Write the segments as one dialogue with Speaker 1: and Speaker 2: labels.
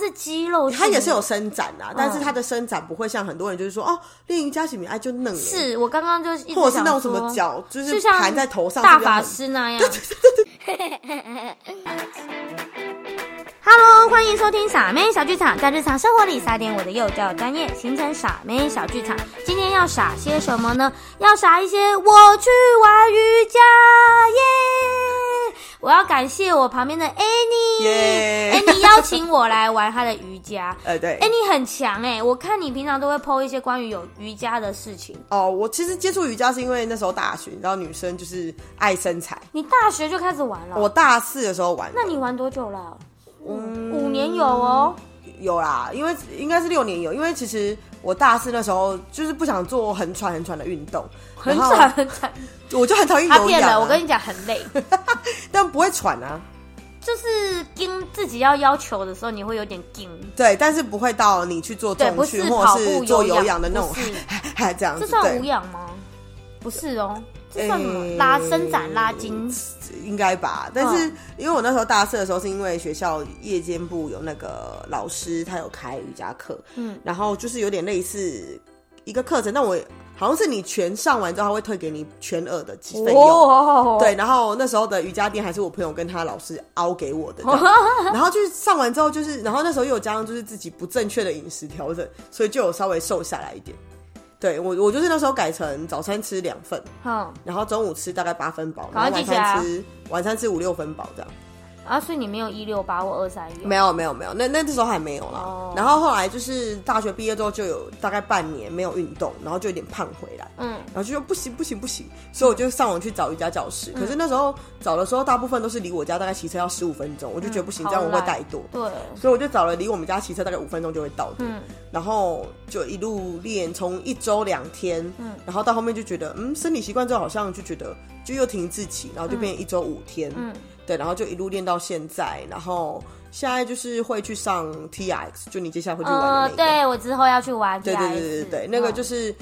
Speaker 1: 是肌肉，
Speaker 2: 它也是有伸展
Speaker 1: 嗯
Speaker 2: 啊，但是它的伸展不会像很多人就是说哦，练瑜伽洗面爱就嫩了，
Speaker 1: 是我刚刚就一直
Speaker 2: 或者是那种
Speaker 1: 想
Speaker 2: 什
Speaker 1: 说
Speaker 2: 么脚就
Speaker 1: 就是像
Speaker 2: 盘在头上，
Speaker 1: 大
Speaker 2: 是不是
Speaker 1: 法
Speaker 2: 很
Speaker 1: 师那样。Hello，欢迎收听傻妹小剧场，在日常生活里撒点我的幼教专业，形成傻妹小剧场。今天要傻些什么呢？要傻一些，我去玩瑜伽耶！我要感谢我旁边的
Speaker 2: 耶
Speaker 1: Annie，Annie 邀请我来玩她的瑜 伽。
Speaker 2: 呃对，
Speaker 1: 哎、你很强哎、我看你平常都会 PO 一些关于有瑜伽的事情。
Speaker 2: 哦，我其实接触瑜伽是因为那时候大学，你知道女生就是爱身材。
Speaker 1: 你大学就开始玩了？
Speaker 2: 我大四的时候玩的，
Speaker 1: 那你玩多久了？五、
Speaker 2: 嗯
Speaker 1: 五年有哦。
Speaker 2: 有啦，因为应该是六年有，因为其实我大四那时候就是不想做很喘很喘的运动，
Speaker 1: 很
Speaker 2: 然后
Speaker 1: 惨很 惨，
Speaker 2: 我就很讨厌
Speaker 1: 他
Speaker 2: 有
Speaker 1: 骗
Speaker 2: 氧、啊。
Speaker 1: 了，我跟你讲很累，
Speaker 2: 但不会喘啊，
Speaker 1: 就是跟自己要要求的时候，你会有点惊，
Speaker 2: 对，但是不会到你去做
Speaker 1: 对，
Speaker 2: 重
Speaker 1: 不
Speaker 2: 训
Speaker 1: 是
Speaker 2: 或
Speaker 1: 跑
Speaker 2: 者
Speaker 1: 步
Speaker 2: 是做有
Speaker 1: 氧
Speaker 2: 氧的那种
Speaker 1: 不，是
Speaker 2: 这样
Speaker 1: 这
Speaker 2: 子
Speaker 1: 算无
Speaker 2: 对，
Speaker 1: 氧吗？不是哦，这算什么？
Speaker 2: 诶
Speaker 1: 拉伸展、拉筋，
Speaker 2: 呃
Speaker 1: 嗯
Speaker 2: 应该吧。但是因为我那时候大四的时候，是因为学校夜间部有那个老师他有开瑜伽课，
Speaker 1: 嗯
Speaker 2: 嗯，然后就是有点类似一个课程，但我好像是你全上完之后，他会退给你全额的费用。
Speaker 1: 哦，
Speaker 2: 对，然后那时候的瑜伽垫还是我朋友跟他老师凹给 我的这样，然后就是上完之后就是，然后那时候又有加上就是自己不正确的饮食调整，所以就有稍微瘦下来一点。对我，我就是那时候改成早餐吃两份，
Speaker 1: 嗯，
Speaker 2: 然后中午吃大概八分饱，
Speaker 1: 赶
Speaker 2: 然
Speaker 1: 快
Speaker 2: 后晚
Speaker 1: 记起来啊
Speaker 2: 餐吃晚餐吃五六分饱这样。
Speaker 1: 啊，所以你没有一六八或二三一，
Speaker 2: 没有没有没有，那那时候还没有啦。
Speaker 1: 哦
Speaker 2: 然后后来就是大学毕业之后就有大概半年没有运动，然后就有点胖回来。
Speaker 1: 嗯，
Speaker 2: 然后就说不行不行不行，所以我就上网去找瑜伽教室。可是那时候找的时候，大部分都是离我家大概骑车要十五分钟，我就觉得不行，
Speaker 1: 嗯好
Speaker 2: 这样我会
Speaker 1: 懒
Speaker 2: 怠惰。
Speaker 1: 对，
Speaker 2: 所以我就找了离我们家骑车大概五分钟就会到的，
Speaker 1: 嗯
Speaker 2: 然后就一路练，从一周两天，
Speaker 1: 嗯
Speaker 2: 然后到后面就觉得，嗯，身体习惯之后好像就觉得就又停滞期，然后就变成一周五天，
Speaker 1: 嗯
Speaker 2: 对，然后就一路练到现在，然后现在就是会去上 T X，就你接下来会去玩的那
Speaker 1: 呃
Speaker 2: 个，，
Speaker 1: 对我之后要去玩 T 嗯
Speaker 2: 对
Speaker 1: S，
Speaker 2: 对对对对，那个就是是、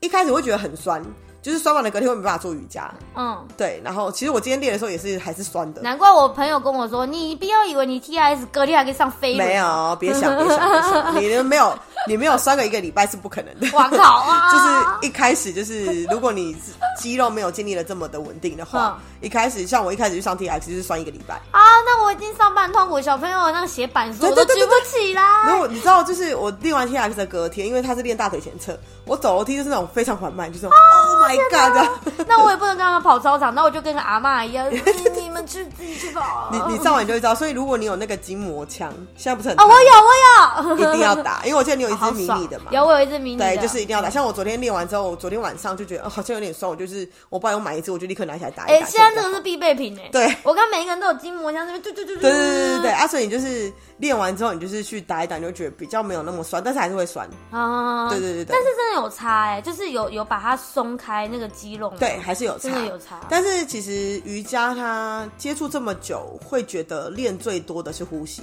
Speaker 2: 一开始会觉得很酸，就是酸完了隔天会没办法做瑜伽。
Speaker 1: 嗯。
Speaker 2: 对，然后其实我今天练的时候也是还是酸的，
Speaker 1: 难怪我朋友跟我说，你不要以为你 T S 隔天还可以上飞轮，
Speaker 2: 没有，别想别想别 想，你没有你没有酸个一个礼拜是不可能的。
Speaker 1: 哇靠啊！
Speaker 2: 就是一开始就是，如果你肌肉没有建立的这么的稳定的
Speaker 1: 嗯
Speaker 2: 话，一开始像我一开始去上 T X 就是酸一个礼拜，
Speaker 1: 啊，那我已经上半痛苦，小朋友那个写板书我
Speaker 2: 对
Speaker 1: 都
Speaker 2: 对
Speaker 1: 举
Speaker 2: 对
Speaker 1: 不起啦。
Speaker 2: 然后你知道，就是我练完 T X 的隔天，因为他是练大腿前侧，我走楼梯就是那种非常缓慢，就是那种
Speaker 1: 哦
Speaker 2: Oh my God！
Speaker 1: 那我也不能让他跑操场，那我就跟个阿嬷一 样，你你们去自己去跑。
Speaker 2: 你你上完就会知道，所以如果你有那个筋膜枪，现在不是很
Speaker 1: 啊，
Speaker 2: 夯
Speaker 1: 我有我有，
Speaker 2: 一定要打，因为我记得你有一
Speaker 1: 好
Speaker 2: 只迷
Speaker 1: 爽
Speaker 2: 你的嘛。
Speaker 1: 有我有一只迷你的，
Speaker 2: 对，就是一定要打。像我昨天练完之后，我昨天晚上就觉得、哦、好像有点酸，我就是我帮我买一支，我就立刻拿起来打一打。
Speaker 1: 哎，现在这个是必备品哎。
Speaker 2: 对
Speaker 1: 我看每一个人都有筋膜枪，那边嘟嘟嘟嘟。
Speaker 2: 对对对对对，啊，所以你就是练完之后，你就是去打一打，你就觉得比较没有那么酸，但是还是会酸。
Speaker 1: 啊，
Speaker 2: 对对对对
Speaker 1: 但是真的有差哎，就是有有把它松开那个肌肉。
Speaker 2: 对，，还是有差
Speaker 1: 真。的有差。
Speaker 2: 但是其实瑜伽它接触这么久，会觉得练最多的是呼吸。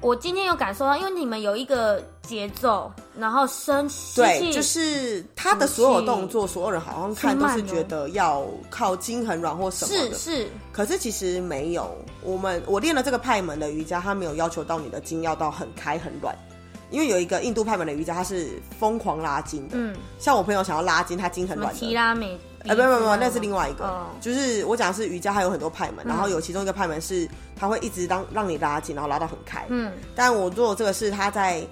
Speaker 1: 我今天有感受到，因为你们有一个节奏，然后深吸
Speaker 2: 对，
Speaker 1: 气
Speaker 2: 就是它的所有动作，所有人好像看都是觉得要靠筋很软或什么
Speaker 1: 哦是
Speaker 2: 的。
Speaker 1: 是
Speaker 2: 可是其实没有，我们我练了这个派门的瑜伽，它没有要求到你的筋要到很开很软，因为有一个印度派门的瑜伽，它是疯狂拉筋的。
Speaker 1: 嗯，
Speaker 2: 像我朋友想要拉筋，他筋很
Speaker 1: 什么
Speaker 2: 软
Speaker 1: 提
Speaker 2: 的。
Speaker 1: 拉美？
Speaker 2: 哎，不不不，那是另外一个，
Speaker 1: 哦嗯
Speaker 2: 就是我讲的是瑜伽，它有很多派门，然后有其中一个派门是它会一直让让你拉筋，然后拉到很开。
Speaker 1: 嗯，
Speaker 2: 但我做这个是它在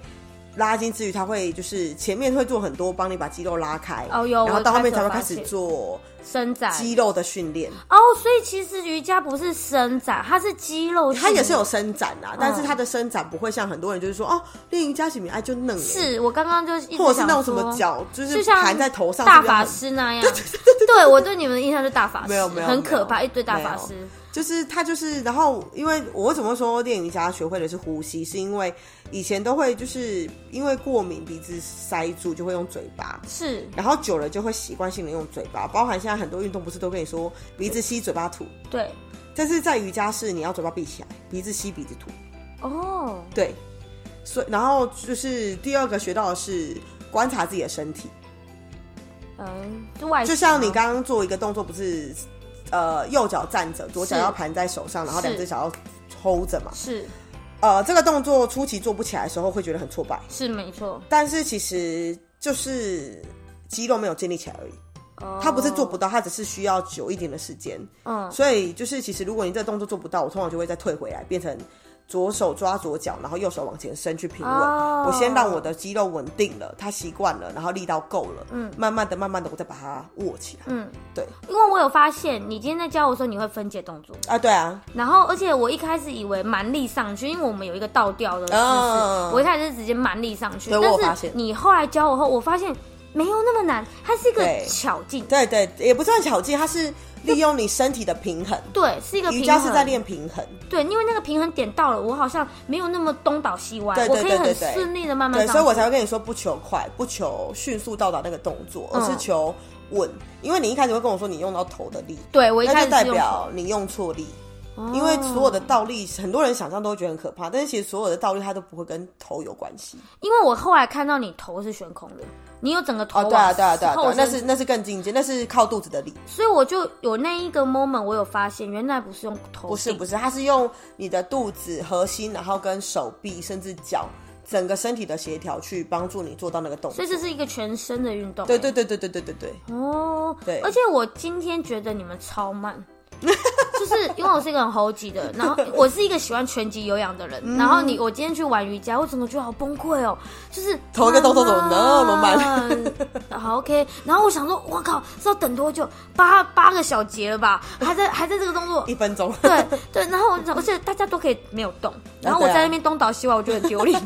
Speaker 2: 拉筋之余，它会就是前面会做很多帮你把肌肉拉开，
Speaker 1: 哦有
Speaker 2: 然后到
Speaker 1: 我
Speaker 2: 后面
Speaker 1: 开始
Speaker 2: 才
Speaker 1: 有
Speaker 2: 会
Speaker 1: 发
Speaker 2: 开始
Speaker 1: 现
Speaker 2: 做
Speaker 1: 伸展
Speaker 2: 肌肉的训练。
Speaker 1: 哦，所以其实瑜伽不是伸展，它是肌肉训练，
Speaker 2: 它也是有伸展
Speaker 1: 嗯
Speaker 2: 啊，但是它的伸展不会像很多人就是说哦，练瑜伽洗面爱就嫩了，
Speaker 1: 是我刚刚就一直
Speaker 2: 或者是那种
Speaker 1: 想
Speaker 2: 什么
Speaker 1: 说，
Speaker 2: 脚就
Speaker 1: 就是像
Speaker 2: 盘在头上，
Speaker 1: 大
Speaker 2: 是不是
Speaker 1: 法
Speaker 2: 很
Speaker 1: 师那样。对我对你们的印象就是大法师，
Speaker 2: 没有没有
Speaker 1: 很可怕，
Speaker 2: 没
Speaker 1: 一
Speaker 2: 有
Speaker 1: 堆大法师。
Speaker 2: 就是他就是，然后因为我为什么会说练瑜伽学会的是呼吸，是因为以前都会就是因为过敏鼻子塞住就会用嘴巴，
Speaker 1: 是
Speaker 2: 然后久了就会习惯性的用嘴巴，包含现在很多运动不是都跟你说鼻子吸嘴巴吐，
Speaker 1: 对
Speaker 2: 但是在瑜伽是你要嘴巴闭起来，鼻子吸鼻子吐，
Speaker 1: 哦，
Speaker 2: 对，所以然后就是第二个学到的是观察自己的身体，
Speaker 1: 嗯，就外
Speaker 2: 就像你
Speaker 1: 形啊
Speaker 2: 刚刚做一个动作不是。呃，右脚站着，左脚
Speaker 1: 是
Speaker 2: 要盘在手上，然后
Speaker 1: 是
Speaker 2: 两只脚要 hold 着嘛。
Speaker 1: 是
Speaker 2: 呃，这个动作初期做不起来的时候会觉得很挫败，
Speaker 1: 是没错。
Speaker 2: 但是其实就是肌肉没有建立起来而已。
Speaker 1: 哦
Speaker 2: 他不是做不到，他只是需要久一点的时间。
Speaker 1: 嗯
Speaker 2: 所以就是，其实如果你这个动作做不到，我通常就会再退回来，变成左手抓左脚，然后右手往前伸去平稳。
Speaker 1: 哦
Speaker 2: 我先让我的肌肉稳定了，它习惯了，然后力道够了，嗯，慢慢的、慢慢的，我再把它握起来。
Speaker 1: 嗯，
Speaker 2: 对，
Speaker 1: 因为我有发现，你今天在教我的时候，你会分解动作，
Speaker 2: 啊，对啊，
Speaker 1: 然后而且我一开始以为蛮力上去，因为我们有一个倒吊的姿势，
Speaker 2: 嗯
Speaker 1: 我一开始是直接蛮力上去，
Speaker 2: 对我有
Speaker 1: 但
Speaker 2: 发
Speaker 1: 是
Speaker 2: 现
Speaker 1: 你后来教我后，我发现没有那么难，它是一个
Speaker 2: 对
Speaker 1: 巧劲，
Speaker 2: 对对，也不算巧劲，它是利用你身体的平衡。
Speaker 1: 对，是一个
Speaker 2: 瑜
Speaker 1: 平
Speaker 2: 伽是在
Speaker 1: 衡。
Speaker 2: 练平衡，
Speaker 1: 对，因为那个平衡点到了，我好像没有那么东倒西歪，
Speaker 2: 对对对
Speaker 1: 我可以
Speaker 2: 对
Speaker 1: 很
Speaker 2: 对
Speaker 1: 顺利的慢慢
Speaker 2: 对，
Speaker 1: 上去。
Speaker 2: 所以我才会跟你说不求快，不求迅速到达那个动作，而是
Speaker 1: 嗯
Speaker 2: 求稳。因为你一开始会跟我说你用到头的力，
Speaker 1: 对我一
Speaker 2: 那
Speaker 1: 开
Speaker 2: 就
Speaker 1: 始
Speaker 2: 代
Speaker 1: 是用
Speaker 2: 表你用错力。
Speaker 1: 头，
Speaker 2: 因为
Speaker 1: 哦
Speaker 2: 所有的倒立，很多人想象都会觉得很可怕，但是其实所有的倒立它都不会跟头有关系。
Speaker 1: 因为我后来看到你头是悬空的，你有整个头啊
Speaker 2: 哦，对啊，对啊，对啊，对
Speaker 1: 后
Speaker 2: 啊那
Speaker 1: 伸
Speaker 2: 是那是更进阶，那是靠肚子的力，
Speaker 1: 所以我就有那一个 moment，我有发现原来不是用头顶，
Speaker 2: 不是不是，它是用你的肚子、核心，然后跟手臂甚至脚，整个身体的协调去帮助你做到那个动
Speaker 1: 所
Speaker 2: 作
Speaker 1: 以。这是一个全身的运动、
Speaker 2: 对对对对对对对对，
Speaker 1: 对，哦，
Speaker 2: 对
Speaker 1: 而且我今天觉得你们超 慢。就是因为我是一个很猴急的，然后我是一个喜欢拳击有氧的人，
Speaker 2: 嗯
Speaker 1: 然后你我今天去玩瑜伽，我整个觉得好崩溃哦，就是
Speaker 2: 同一个动作怎么那么
Speaker 1: 慢？ 好 OK，然后我想说，我靠，是要等多久？八八个小节了吧？还在还在这个动作，
Speaker 2: 一分钟。
Speaker 1: 对对，然后我而且大家都可以没有动，然后我
Speaker 2: 对啊啊
Speaker 1: 在那边东倒西歪，我觉得很丢脸。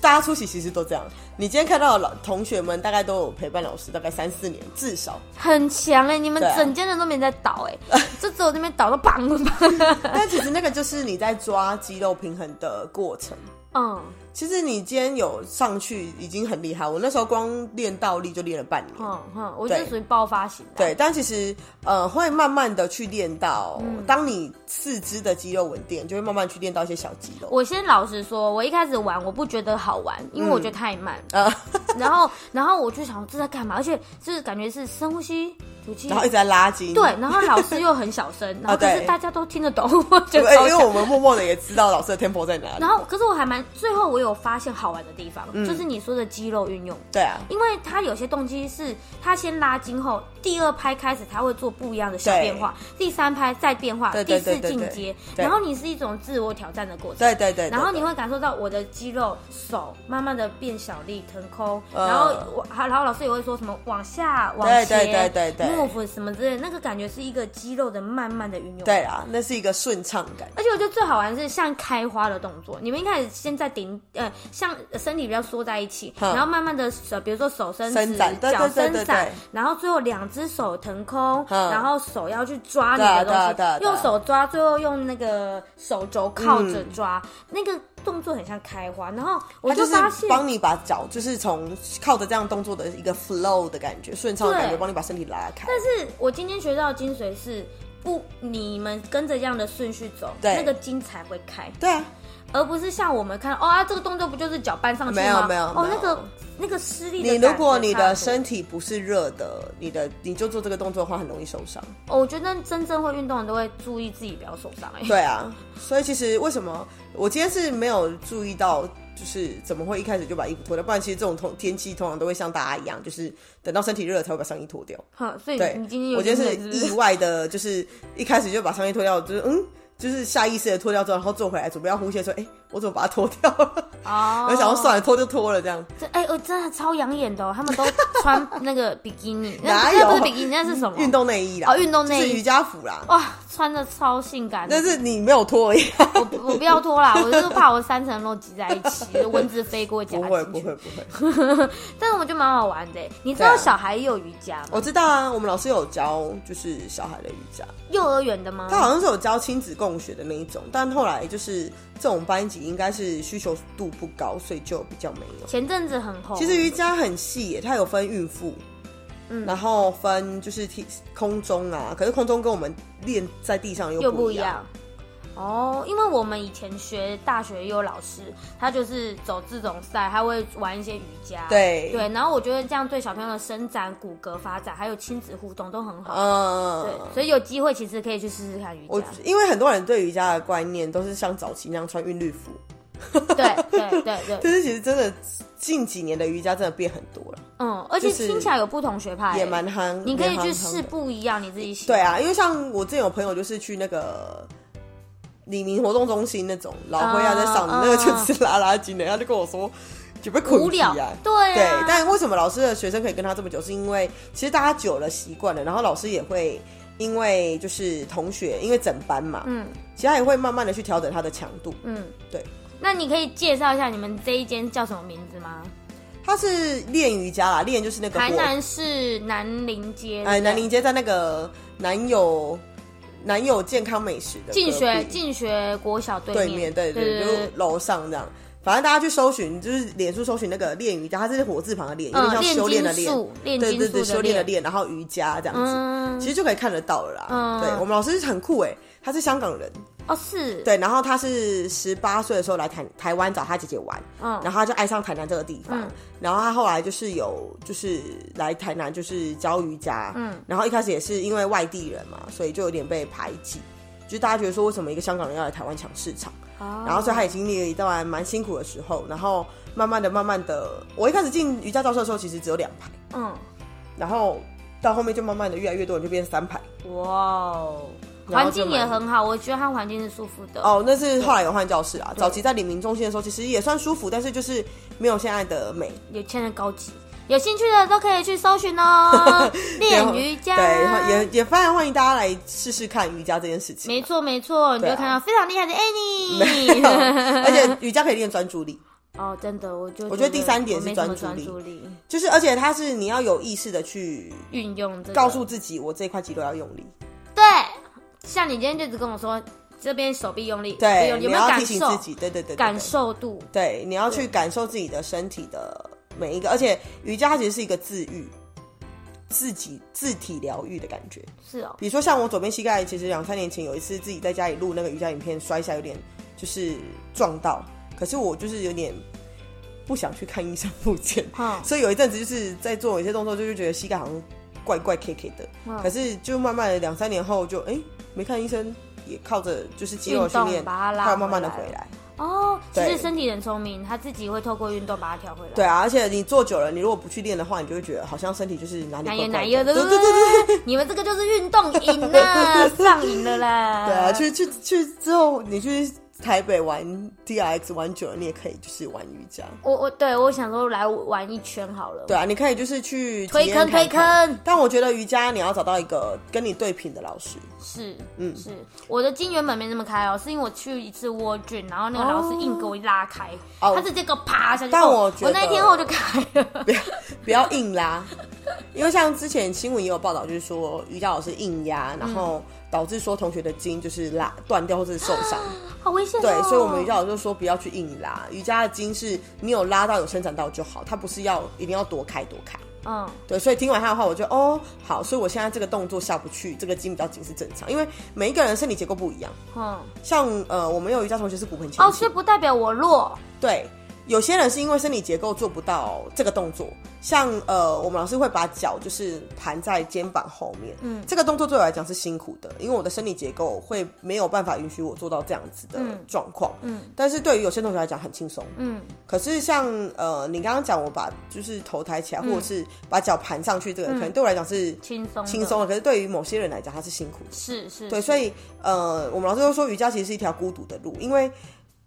Speaker 2: 大家出席其实都这样。你今天看到的老同学们，大概都有陪伴老师大概三四年，至少。
Speaker 1: 很强哎、你们
Speaker 2: 对啊
Speaker 1: 整间人都没在倒哎、就只有那边倒到砰 砰。
Speaker 2: 但其实那个就是你在抓肌肉平衡的过程。
Speaker 1: 嗯，
Speaker 2: 其实你今天有上去已经很厉害，我那时候光练倒立就练了半年。
Speaker 1: 哼哼，嗯我就是
Speaker 2: 对
Speaker 1: 属于爆发型的。
Speaker 2: 对，但其实呃会慢慢的去练到，
Speaker 1: 嗯
Speaker 2: 当你四肢的肌肉稳定，就会慢慢去练到一些小肌肉。
Speaker 1: 我先老实说，我一开始玩我不觉得好玩，因为我觉得太慢。
Speaker 2: 呃，
Speaker 1: 然后，然后我就想这在干嘛？而且就是感觉是深呼吸、吐气
Speaker 2: 然。后一直在拉筋。
Speaker 1: 对，然后老师又很小声，然后
Speaker 2: 啊
Speaker 1: 可
Speaker 2: 对
Speaker 1: 是大家都听得懂， 我觉
Speaker 2: 因
Speaker 1: 得
Speaker 2: 为，
Speaker 1: 超
Speaker 2: 因
Speaker 1: 强
Speaker 2: 为我们默默的也知道老师的 tempo 在哪里
Speaker 1: 然。后，可是我还蛮最后我有发现好玩的地方，
Speaker 2: 嗯
Speaker 1: 就是你说的肌肉运用。
Speaker 2: 对啊，
Speaker 1: 因为他有些动机是，他先拉筋后，第二拍开始他会做不一样的小
Speaker 2: 对
Speaker 1: 变化，第三拍再变化，
Speaker 2: 对
Speaker 1: 第
Speaker 2: 对
Speaker 1: 四
Speaker 2: 对对
Speaker 1: 进
Speaker 2: 对
Speaker 1: 阶，
Speaker 2: 对
Speaker 1: 然后你是一种自我挑战的过程。
Speaker 2: 对对对。对
Speaker 1: 然后你
Speaker 2: 对
Speaker 1: 会感受到我的肌肉、手慢慢的变小力、腾空，
Speaker 2: 呃
Speaker 1: 然后我，还然后老师也会说什么往下、往
Speaker 2: 对
Speaker 1: 前、
Speaker 2: 对对对对
Speaker 1: move 什么之类的，那个感觉是一个肌肉的慢慢的运用。
Speaker 2: 对啊，那是一个顺畅感。
Speaker 1: 而且我觉得最好玩的是像开花的动作，你们一开始先在顶呃，像身体比较缩在一起，
Speaker 2: 嗯
Speaker 1: 然后慢慢的呃，比如说手伸直
Speaker 2: 伸展，对
Speaker 1: 脚
Speaker 2: 对对
Speaker 1: 伸
Speaker 2: 对
Speaker 1: 展
Speaker 2: 对，
Speaker 1: 然后最后两只手腾空，
Speaker 2: 嗯
Speaker 1: 然后手要去抓你
Speaker 2: 对
Speaker 1: 的
Speaker 2: 啊
Speaker 1: 东
Speaker 2: 对啊
Speaker 1: 西，
Speaker 2: 对啊
Speaker 1: 用手抓，最后用那个手肘靠着抓，那个动作很像开花。然后我
Speaker 2: 嗯它就是
Speaker 1: 发现，
Speaker 2: 帮你把脚，就是从靠着这样动作的一个 flow 的感觉，顺畅的感觉，
Speaker 1: 对
Speaker 2: 帮你把身体拉开。
Speaker 1: 但是我今天学到的精髓是。不，你们跟着这样的顺序走，
Speaker 2: 对
Speaker 1: 那个筋才会开。
Speaker 2: 对啊，
Speaker 1: 而不是像我们看哦啊，这个动作不就是脚搬上去吗？
Speaker 2: 没有没有
Speaker 1: 哦，
Speaker 2: 没
Speaker 1: 那
Speaker 2: 有
Speaker 1: 个那个施力的
Speaker 2: 你
Speaker 1: 感觉
Speaker 2: 如果你
Speaker 1: 差很多
Speaker 2: 的身体不是热的，你的你就做这个动作的话，很容易受 伤。
Speaker 1: 哦，我觉得真正会运动的都会注意自己不要受伤、哎，
Speaker 2: 对啊，所以其实为什么我今天是没有注意到，就是怎么会一开始就把衣服脱掉？不然其实这种通天气通常都会像大家一样，就是等到身体热了才会把上衣脱掉。
Speaker 1: 哼，哎 所以
Speaker 2: 对，
Speaker 1: 你今天有
Speaker 2: 我觉得
Speaker 1: 精
Speaker 2: 是
Speaker 1: 神
Speaker 2: 意外的，就是一开始就把上衣脱掉，就是嗯。就是下意识的脱掉之后，然后坐回来准备要呼吸的时候，哎、我怎么把它脱掉了？
Speaker 1: 哦，
Speaker 2: 我想要算了，脱就脱了这样。
Speaker 1: 这哎，我、真的超养眼的哦，他们都穿那个比基尼，那
Speaker 2: 哪
Speaker 1: 那不是
Speaker 2: 有
Speaker 1: 比基尼，那是什么？
Speaker 2: 运动内衣啦，
Speaker 1: 哦运动内衣
Speaker 2: 就是瑜伽服啦。
Speaker 1: 哇，穿的超性感的
Speaker 2: 但是你没有脱而 已。
Speaker 1: 我不我不要脱 啦，我就是怕我三层肉挤在一起，蚊子飞过夹
Speaker 2: 不会
Speaker 1: 进
Speaker 2: 不
Speaker 1: 去。
Speaker 2: 会不会，
Speaker 1: 但是我觉得蛮好玩的、哎你知
Speaker 2: 对
Speaker 1: 道
Speaker 2: 啊
Speaker 1: 小孩也有瑜伽吗？
Speaker 2: 我知道啊，我们老师有教就是小孩的瑜伽，
Speaker 1: 幼儿园的吗？
Speaker 2: 他好像是有教亲子共学的那一种，但后来就是这种班级应该是需求度不高，所以就比较没有。
Speaker 1: 前阵子很红，
Speaker 2: 其实瑜伽很细耶，它有分孕妇，
Speaker 1: 嗯
Speaker 2: 然后分就是体空中啊，可是空中跟我们练在地上又
Speaker 1: 又
Speaker 2: 不
Speaker 1: 不
Speaker 2: 一
Speaker 1: 一
Speaker 2: 样。
Speaker 1: 样。哦，因为我们以前学大学也有老师，他就是走这种赛，他会玩一些瑜伽，
Speaker 2: 对
Speaker 1: 对，然后我觉得这样对小朋友的伸展、骨骼发展，还有亲子互动都很好。
Speaker 2: 嗯，
Speaker 1: 对，所以有机会其实可以去试试看瑜
Speaker 2: 我
Speaker 1: 伽。
Speaker 2: 因为很多人对瑜伽的观念都是像早期那样穿韵律服，
Speaker 1: 对对对对，
Speaker 2: 但是其实真的近几年的瑜伽真的变很多了，
Speaker 1: 嗯，而且
Speaker 2: 就是
Speaker 1: 听起来有不同学派欸，
Speaker 2: 也蛮夯。
Speaker 1: 你可以
Speaker 2: 蛮夯
Speaker 1: 去
Speaker 2: 的
Speaker 1: 试不一样，你自己喜欢。
Speaker 2: 对啊，因为像我之前有朋友就是去那个李明活动中心那种，老灰要在上的
Speaker 1: 啊
Speaker 2: 那个就是拉拉筋的，他就跟我说就被捆
Speaker 1: 无聊
Speaker 2: 起来。，
Speaker 1: 对
Speaker 2: 对
Speaker 1: 啊，，
Speaker 2: 但为什么老师的学生可以跟他这么久？是因为其实大家久了习惯了，然后老师也会因为就是同学，因为整班嘛，
Speaker 1: 嗯
Speaker 2: 其实他也会慢慢的去调整他的强度。
Speaker 1: 嗯，
Speaker 2: 对。
Speaker 1: 那你可以介绍一下你们这一间叫什么名字吗？
Speaker 2: 他是练瑜伽啦，练就是那个
Speaker 1: 台
Speaker 2: 火
Speaker 1: 南市南林街，对不对
Speaker 2: 哎南宁街在那个南友南友健康美食的
Speaker 1: 进
Speaker 2: 隔
Speaker 1: 学
Speaker 2: 壁
Speaker 1: 进学国小对
Speaker 2: 对
Speaker 1: 面，
Speaker 2: 面，对
Speaker 1: 嗯对
Speaker 2: 对，就是楼上这样。反正大家去搜寻，就是脸书搜寻那个练瑜伽，它是火字旁的练，有点
Speaker 1: 嗯，
Speaker 2: 像修炼的
Speaker 1: 炼金
Speaker 2: 练，
Speaker 1: 术，炼
Speaker 2: 对
Speaker 1: 金
Speaker 2: 对
Speaker 1: 术
Speaker 2: 对，修炼
Speaker 1: 炼
Speaker 2: 的，练，然后瑜伽这样子，
Speaker 1: 嗯
Speaker 2: 其，实就可以看得到了啦。
Speaker 1: 嗯
Speaker 2: 对我们老师很酷诶，他是香港人，
Speaker 1: 哦是，，
Speaker 2: 对，然后他是十八岁的时候来台台湾找他姐姐玩，
Speaker 1: 嗯
Speaker 2: 然后他就爱上台南这个地方，
Speaker 1: 嗯
Speaker 2: 然后他后来就是有就是来台南就是教瑜伽，
Speaker 1: 嗯
Speaker 2: 然后一开始也是因为外地人嘛，所以就有点被排挤，就是大家觉得说为什么一个香港人要来台湾抢市场，然
Speaker 1: 然
Speaker 2: 后所以他也经历了一段蛮辛苦的时候，然后慢慢的慢慢的，我一开始进瑜伽教室的时候其实只有两排，
Speaker 1: 嗯，
Speaker 2: 然后到后面就慢慢的越来越多人就变三排，
Speaker 1: 哇哦，
Speaker 2: 然
Speaker 1: 环
Speaker 2: 后就
Speaker 1: 境也
Speaker 2: 蛮
Speaker 1: 很好，我觉得它环境是舒服的，
Speaker 2: 哦，那是后来有换教室啊。早期在李明中心的时候，其实也算舒服，但是就是没有现在的美。
Speaker 1: 有钱人高级。有兴趣的都可以去搜寻 哦，练瑜伽。
Speaker 2: 对，也也非常欢迎大家来试试看瑜伽这件事情。
Speaker 1: 没错没错，你就
Speaker 2: 对啊
Speaker 1: 看到非常厉害的
Speaker 2: 没有
Speaker 1: Annie。
Speaker 2: 嗯而且瑜伽可以练专注力，
Speaker 1: 哦，真的，我就
Speaker 2: 我觉得第三点
Speaker 1: 我
Speaker 2: 是
Speaker 1: 没什么
Speaker 2: 专注力
Speaker 1: 注力，
Speaker 2: 就是而且它是你要有意识的去
Speaker 1: 运用这个
Speaker 2: 告诉自己，我这块肌肉要用力。
Speaker 1: 对，像你今天就只跟我说这边手臂用力，手臂
Speaker 2: 对，
Speaker 1: 用力有
Speaker 2: 你
Speaker 1: 没有
Speaker 2: 要
Speaker 1: 感
Speaker 2: 提醒
Speaker 1: 受
Speaker 2: 自？己，对对对，对
Speaker 1: 感。受度，
Speaker 2: 对，你要去感受自己的身体的每一个，而且瑜伽它其实是一个自愈。自己自体疗愈的感觉，
Speaker 1: 是哦，
Speaker 2: 比如说像我左边膝盖，其实两三年前有一次自己在家里录那个瑜伽影片，摔下有点就是撞到，可是我就是有点不想去看医生复健，
Speaker 1: 嗯
Speaker 2: 所以有一阵子就是在做某些动作，就是觉得膝盖好像怪怪 K K 的，
Speaker 1: 嗯
Speaker 2: 可是就慢慢的两三年后就哎、诶没看医生，也靠着就是肌肉的训
Speaker 1: 运
Speaker 2: 练，
Speaker 1: 动把它拉
Speaker 2: 它有慢慢的
Speaker 1: 回来
Speaker 2: 回来。
Speaker 1: 哦，其实
Speaker 2: 对
Speaker 1: 身体很聪明，他自己会透过运动把它调回来。
Speaker 2: 对啊，而且你做久了，你如果不去练的话，你就会觉得好像身体就是哪里
Speaker 1: 奶
Speaker 2: 怪
Speaker 1: 油
Speaker 2: 怪
Speaker 1: 奶油
Speaker 2: 的，
Speaker 1: 的，
Speaker 2: 对对对对。
Speaker 1: 对，你们这个就是运动赢 啦，上瘾了啦。
Speaker 2: 对啊，去去去之后，你去台北玩 DX 玩久了，你也可以就是玩瑜伽。
Speaker 1: 我我对我想说来玩一圈好了。
Speaker 2: 对啊，你可以就是去
Speaker 1: 推
Speaker 2: 体验
Speaker 1: 坑
Speaker 2: 看
Speaker 1: 推
Speaker 2: 看。
Speaker 1: 坑
Speaker 2: 但我觉得瑜伽你要找到一个跟你对频的老师。
Speaker 1: 是，嗯，是我的筋原本没那么开哦，是因为我去一次蜗菌，然后那个
Speaker 2: 哦
Speaker 1: 老师硬给我拉开，
Speaker 2: 哦
Speaker 1: 他直接给我啪下去。
Speaker 2: 但
Speaker 1: 哦
Speaker 2: 我
Speaker 1: 我
Speaker 2: 觉得
Speaker 1: 那一天后就开了。
Speaker 2: 不要不要硬拉，因为像之前新闻也有报道，就是说瑜伽老师硬压，然后导致说同学的筋就是拉断掉或者受 伤。
Speaker 1: 好危险、哦！
Speaker 2: 对，所以我们瑜伽老师就说不要去硬拉，瑜伽的筋是你有拉到有伸展到就好，它不是要一定要多开多开。
Speaker 1: 嗯，
Speaker 2: 对，所以听完他的话，我就哦好，所以我现在这个动作下不去，这个筋比较紧是正常，因为每一个人身体结构不一样。
Speaker 1: 嗯，
Speaker 2: 像呃，我们有瑜伽同学是骨盆前
Speaker 1: 哦，
Speaker 2: 倾
Speaker 1: 所以不代表我弱，
Speaker 2: 对，有些人是因为身体结构做不到这个动作，像呃，我们老师会把脚就是盘在肩膀后面，嗯，这个动作对我来讲是辛苦的，因为我的身体结构会没有办法允许我做到这样子的状况，嗯，但是对于有些同学来讲很轻松，
Speaker 1: 嗯，
Speaker 2: 可是像呃，你刚刚讲我把就是头抬起来，或者是把脚盘上去，这个、可能对我来讲是
Speaker 1: 轻松的
Speaker 2: 轻松的，可是对于某些人来讲，它是辛苦的。
Speaker 1: 是是，
Speaker 2: 对，
Speaker 1: 是
Speaker 2: 所以呃，我们老师都说瑜伽其实是一条孤独的路，因为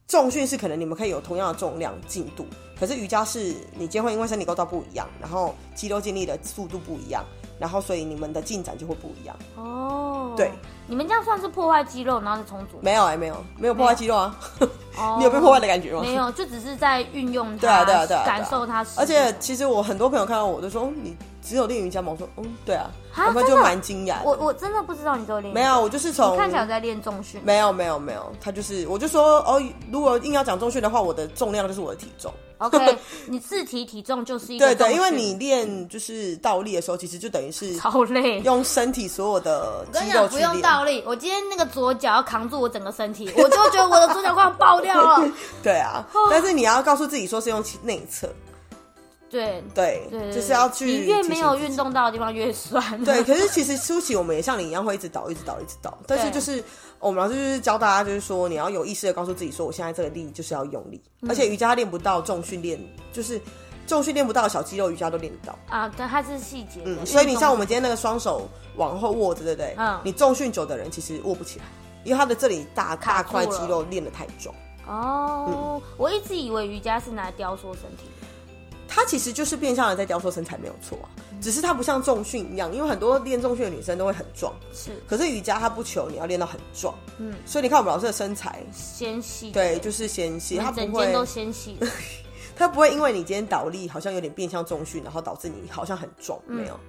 Speaker 2: 重训是可能你们可以有同样的重量进度，可是瑜伽是你今天会因为身体构造不一样，然后肌肉经历的速度不一样，然后所以你们的进展就会不一样。
Speaker 1: 哦，
Speaker 2: 对，
Speaker 1: 你们这样算是破坏肌肉，然后再重组吗。
Speaker 2: 没有哎、没有没有破坏肌肉啊，
Speaker 1: 哦
Speaker 2: 你有被破坏的感觉吗？
Speaker 1: 没。有，就只是在运用它，
Speaker 2: 对啊对啊对啊对啊
Speaker 1: 感受它。
Speaker 2: 而且其实我很多朋友看到我都说嗯你只有练瑜伽吗？我说嗯，对啊，
Speaker 1: 啊
Speaker 2: 然后他就
Speaker 1: 真的
Speaker 2: 蛮惊讶的。
Speaker 1: 我我真的不知道你都有练，
Speaker 2: 没，有，我就是从
Speaker 1: 你看起来有在练重训。
Speaker 2: 没有没有没有，他就是我就说哦，如果硬要讲重训的话，我的重量就是我的体重。
Speaker 1: OK，你 自体体重就是一个
Speaker 2: 对对，
Speaker 1: 重
Speaker 2: 因为
Speaker 1: 训
Speaker 2: 你练就是倒立的时候，其实就等于是
Speaker 1: 超累。
Speaker 2: 用身体所有的
Speaker 1: 我跟
Speaker 2: 肌
Speaker 1: 你
Speaker 2: 肉
Speaker 1: 讲，
Speaker 2: 去
Speaker 1: 不用
Speaker 2: 练。
Speaker 1: 倒立，我今天那个左脚要扛住我整个身体，我就觉得我的左脚快要爆掉 了。
Speaker 2: 对啊，
Speaker 1: 哦
Speaker 2: 但是你要告诉自己说是用内侧，
Speaker 1: 对
Speaker 2: 对，
Speaker 1: 对，对
Speaker 2: 就是要
Speaker 1: 对
Speaker 2: 去
Speaker 1: 你越
Speaker 2: 提
Speaker 1: 没
Speaker 2: 醒
Speaker 1: 有
Speaker 2: 自己
Speaker 1: 运动到的地方越酸。
Speaker 2: 对，可是其实初期我们也像你一样会一直倒，一直倒，一直倒。但是
Speaker 1: 对
Speaker 2: 就是我们老师就是教大家，就是说你要有意识的告诉自己说，我现在这个力就是要用力，而且瑜伽练不到，重训练就是重训练不到的小肌肉，瑜伽都练得到。
Speaker 1: 啊，对，它是细节的。
Speaker 2: 嗯，所以你像我
Speaker 1: 们
Speaker 2: 们今天那个双手往后握着，对不对？
Speaker 1: 嗯
Speaker 2: 你重训久的人其实握不起来，因为他的这里大
Speaker 1: 卡
Speaker 2: 大
Speaker 1: 住
Speaker 2: 块
Speaker 1: 了
Speaker 2: 肌肉练得太重。
Speaker 1: 哦，
Speaker 2: 嗯
Speaker 1: 我一直以为瑜伽是拿来雕塑身体。
Speaker 2: 它其实就是变相的在雕塑身材，没有错啊。
Speaker 1: 嗯
Speaker 2: 只是它不像重训一样，因为很多练重训的女生都会很壮，
Speaker 1: 是
Speaker 2: 可是瑜伽它不求你要练到很壮，
Speaker 1: 嗯
Speaker 2: 嗯，所以你看我们老师的身材，
Speaker 1: 纤细的，
Speaker 2: 对，就是纤细，
Speaker 1: 我
Speaker 2: 它
Speaker 1: 们
Speaker 2: 不
Speaker 1: 整间都
Speaker 2: 会，
Speaker 1: 纤 细的。
Speaker 2: 它不会因为你今天倒立好像有点变相重训，然后导致你好像很重，没有，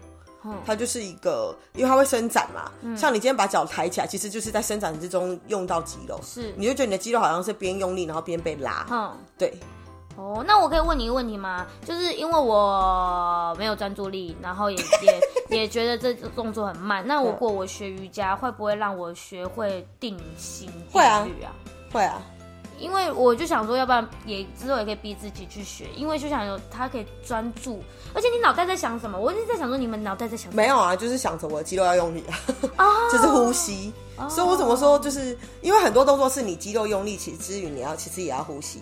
Speaker 1: 嗯
Speaker 2: 它就是一个，因为它会伸展嘛，像你今天把脚抬起来，其实就是在伸展之中用到肌肉，
Speaker 1: 是
Speaker 2: 你就觉得你的肌肉好像是边用力然后边被拉，
Speaker 1: 哼。
Speaker 2: 对，
Speaker 1: 哦，那我可以问你一个问题吗？就是因为我没有专注力，然后也也 也觉得这动作很慢。那如
Speaker 2: 嗯
Speaker 1: 果我学瑜伽，会不会让我学会定心定
Speaker 2: 会啊
Speaker 1: 律啊？
Speaker 2: 会啊，
Speaker 1: 因为我就想说，要不然也之后也可以逼自己去学，因为就想有他可以专注，而且你脑袋在想什么？我一直在想说，你们脑袋在想什么？
Speaker 2: 没有啊，就是想着我的肌肉要用力啊，
Speaker 1: 哦
Speaker 2: 就是呼吸。所以我怎么说，就是因为很多动作是你肌肉用力，其实之余你要其实也要呼吸。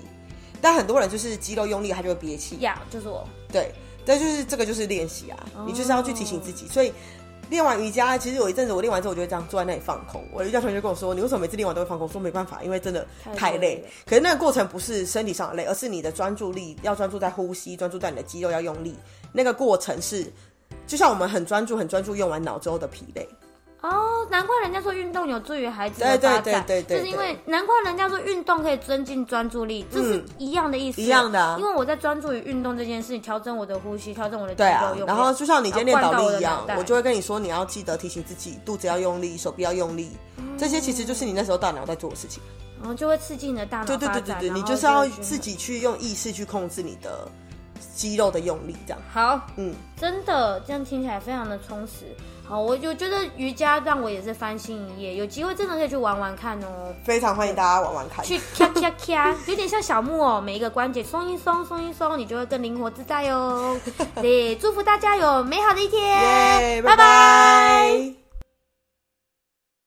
Speaker 2: 但很多人就是肌肉用力，他就会憋气。
Speaker 1: 呀就是我
Speaker 2: 对，但就是这个就是练习啊，你就是要去提醒自己。所以练完瑜伽，其实有一阵子我练完之后，我就会这样坐在那里放空。我的瑜伽同学就跟我说：“你为什么每次练完都会放空？”说没办法，因为真的
Speaker 1: 太
Speaker 2: 太
Speaker 1: 累
Speaker 2: 累。
Speaker 1: 了
Speaker 2: 可是那个过程不是身体上的累，而是你的专注力要专注在呼吸，专注在你的肌肉要用力。那个过程是，就像我们很专注、很专注用完脑之后的疲累。
Speaker 1: 哦，难怪人家说运动有助于孩子的
Speaker 2: 对对
Speaker 1: 发展，
Speaker 2: 对对对嗯
Speaker 1: 就是因为难怪人家说运动可以增进专注力，这是一样的意思，
Speaker 2: 一样的啊
Speaker 1: 因为我在专注于运动这件事，调整我的呼吸，调整我的肌
Speaker 2: 对啊
Speaker 1: 肉用力，
Speaker 2: 然后就像你今天练倒立一
Speaker 1: 然后灌
Speaker 2: 样，
Speaker 1: 到我的脑袋
Speaker 2: 我就会跟你说，你要记得提醒自己肚子要用力，手臂要用力。这些其实就是你那时候大脑在做的事情。
Speaker 1: 然后就会刺激你的大脑
Speaker 2: 对对
Speaker 1: 发
Speaker 2: 对
Speaker 1: 展，
Speaker 2: 对对，
Speaker 1: 然
Speaker 2: 你
Speaker 1: 后
Speaker 2: 就是要
Speaker 1: 会去
Speaker 2: 自己去用意识去控制你的肌肉的用力，这样。
Speaker 1: 好，
Speaker 2: 嗯，
Speaker 1: 真的，这样听起来非常的充实。好，我就觉得瑜伽让我也是翻新一页，有机会真的可以去玩玩看哦。
Speaker 2: 非常欢迎大家玩玩看。
Speaker 1: 去咔咔咔，有点像小木偶，每一个关节松一松，松一松，你就会更灵活自在哦。对，祝福大家有美好的一天，
Speaker 2: 耶，拜拜。